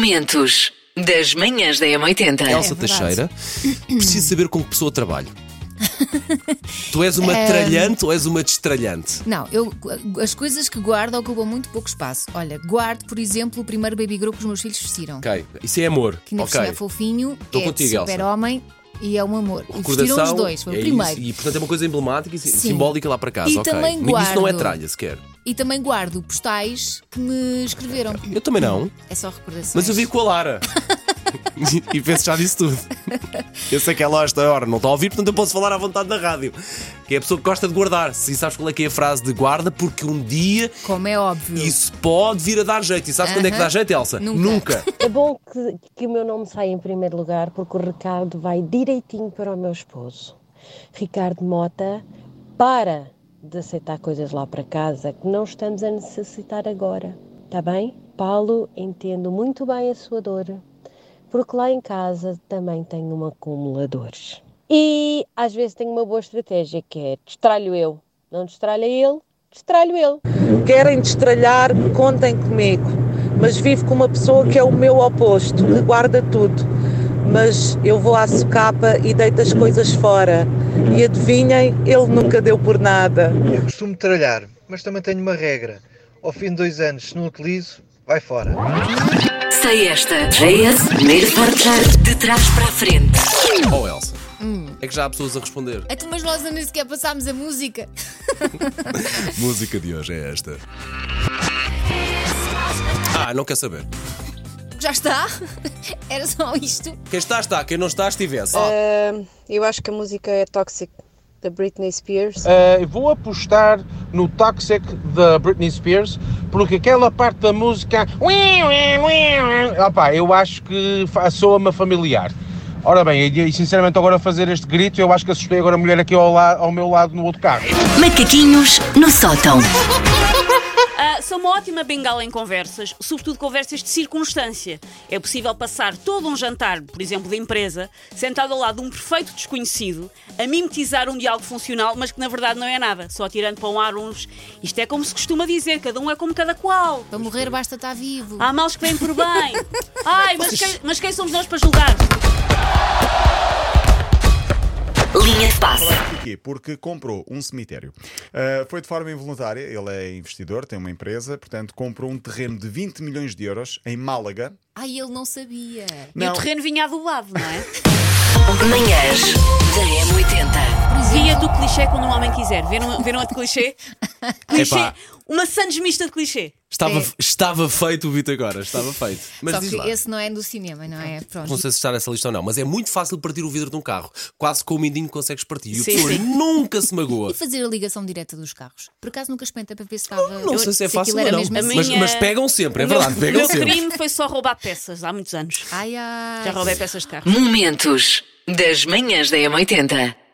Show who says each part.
Speaker 1: Momentos das manhãs da M80.
Speaker 2: Elsa
Speaker 3: É verdade.
Speaker 2: Teixeira, preciso saber com que pessoa trabalho. tu és uma tralhante ou és uma destralhante?
Speaker 3: Não, eu, as coisas que guardo ocupam muito pouco espaço. Olha, guardo, por exemplo, o primeiro baby group que os meus filhos vestiram.
Speaker 2: Ok, isso é amor.
Speaker 3: Que na
Speaker 2: ok.
Speaker 3: piscina é fofinho,
Speaker 2: Tô
Speaker 3: é
Speaker 2: contigo,
Speaker 3: de
Speaker 2: Elsa.
Speaker 3: super-homem e é um amor. E vestiram os
Speaker 2: Recordação,
Speaker 3: dois, foi
Speaker 2: é
Speaker 3: o primeiro.
Speaker 2: isso, e portanto é uma coisa emblemática e
Speaker 3: Sim.
Speaker 2: simbólica lá para casa.
Speaker 3: E
Speaker 2: ok.
Speaker 3: também
Speaker 2: Isso não é
Speaker 3: guardo.
Speaker 2: tralha sequer.
Speaker 3: E também guardo postais que me escreveram.
Speaker 2: Eu também não,
Speaker 3: É só recordações.
Speaker 2: mas eu vi com a Lara. e penso já disse tudo. Eu sei que ela a esta hora não está a ouvir, portanto eu posso falar à vontade na rádio. Que é a pessoa que gosta de guardar. Se sabes qual é que é a frase de guarda, porque um dia
Speaker 3: Como é óbvio.
Speaker 2: isso pode vir a dar jeito. E sabes quando é que
Speaker 3: Aham.
Speaker 2: dá jeito, Elsa?
Speaker 3: Nunca.
Speaker 4: É bom que, que o meu nome saia em primeiro lugar, porque o recado vai direitinho para o meu esposo. Ricardo Mota, para de aceitar coisas lá para casa que não estamos a necessitar agora, está bem? Paulo, entendo muito bem a sua dor, porque lá em casa também tenho um acumulador. E às vezes tenho uma boa estratégia que é distralho eu, não distralho ele, distralho ele.
Speaker 5: Querem destralhar, contem comigo. Mas vivo com uma pessoa que é o meu oposto, que guarda tudo. Mas eu vou à socapa e deito as coisas fora. E adivinhem, ele nunca deu por nada.
Speaker 6: Eu costumo tralhar, mas também tenho uma regra. Ao fim de dois anos, se não utilizo, vai fora.
Speaker 1: Sei esta. JS, primeiro forjar de trás para a frente.
Speaker 2: Oh, Elsa.
Speaker 3: Hum.
Speaker 2: É que já há pessoas a responder.
Speaker 3: Então, mas nós nem sequer passámos a música.
Speaker 2: Música de hoje é esta. Ah, não quer saber.
Speaker 3: Já está? Era só isto.
Speaker 2: Quem está, está. Quem não está,
Speaker 3: Oh.
Speaker 2: estivesse.
Speaker 7: Eu acho que a música é Toxic, da Britney Spears.
Speaker 8: Eh, vou apostar no Toxic da Britney Spears, porque aquela parte da música. Opá, eu acho que fa- soa-me familiar. Ora bem, e e sinceramente agora fazer este grito, eu acho que assustei agora a mulher aqui ao, la- ao meu lado no outro carro.
Speaker 1: Macaquinhos no sótão.
Speaker 9: Ah, sou uma ótima bengala em conversas, sobretudo conversas de circunstância. É possível passar todo um jantar, por exemplo, de empresa, sentado ao lado de um perfeito desconhecido, a mimetizar um diálogo funcional, mas que na verdade não é nada, só tirando para um ar uns. Isto é como se costuma dizer, cada um é como cada qual.
Speaker 3: Para morrer basta estar vivo.
Speaker 9: Há males que vêm por bem. Ai, mas quem, mas quem somos nós para julgar?
Speaker 1: Linha de passe.
Speaker 10: Porquê? Porque comprou um cemitério. Ah, foi de forma involuntária, ele é investidor, tem uma empresa, portanto, comprou um terreno de 20 milhões de euros em Málaga.
Speaker 3: Ai, ele não sabia.
Speaker 9: E o terreno vinha adubado, não é?
Speaker 1: Manhãs da M80.
Speaker 9: Via do clichê quando um homem quiser. Viram, viram outro clichê? clichê?
Speaker 2: Epá.
Speaker 9: Uma sandes mista de clichê.
Speaker 2: Estava,
Speaker 3: é.
Speaker 2: estava feito o Vito agora. Estava feito. Mas
Speaker 3: Só
Speaker 2: diz
Speaker 3: que
Speaker 2: lá.
Speaker 3: esse não é do cinema, não é? Pronto.
Speaker 2: Não sei se está nessa lista ou não, mas é muito fácil partir o vidro de um carro. Quase com o mindinho consegues partir. E o
Speaker 9: Sim,
Speaker 2: pessoa
Speaker 9: sim.
Speaker 2: nunca se magoa.
Speaker 3: E fazer a ligação direta dos carros. Por acaso nunca espenta para ver se estava.
Speaker 2: Não sei se é fácil ou
Speaker 3: aquilo era
Speaker 2: não.
Speaker 3: mesmo
Speaker 2: Mas,
Speaker 3: assim.
Speaker 9: minha-
Speaker 2: mas pegam sempre, é
Speaker 9: O meu-
Speaker 2: verdade. Pegam
Speaker 9: O meu
Speaker 2: sempre.
Speaker 9: crime foi só roubar peças há muitos anos.
Speaker 10: Ah,
Speaker 3: Ai, ai.
Speaker 9: Já roubei peças de carro.
Speaker 1: Momentos das manhãs da M80.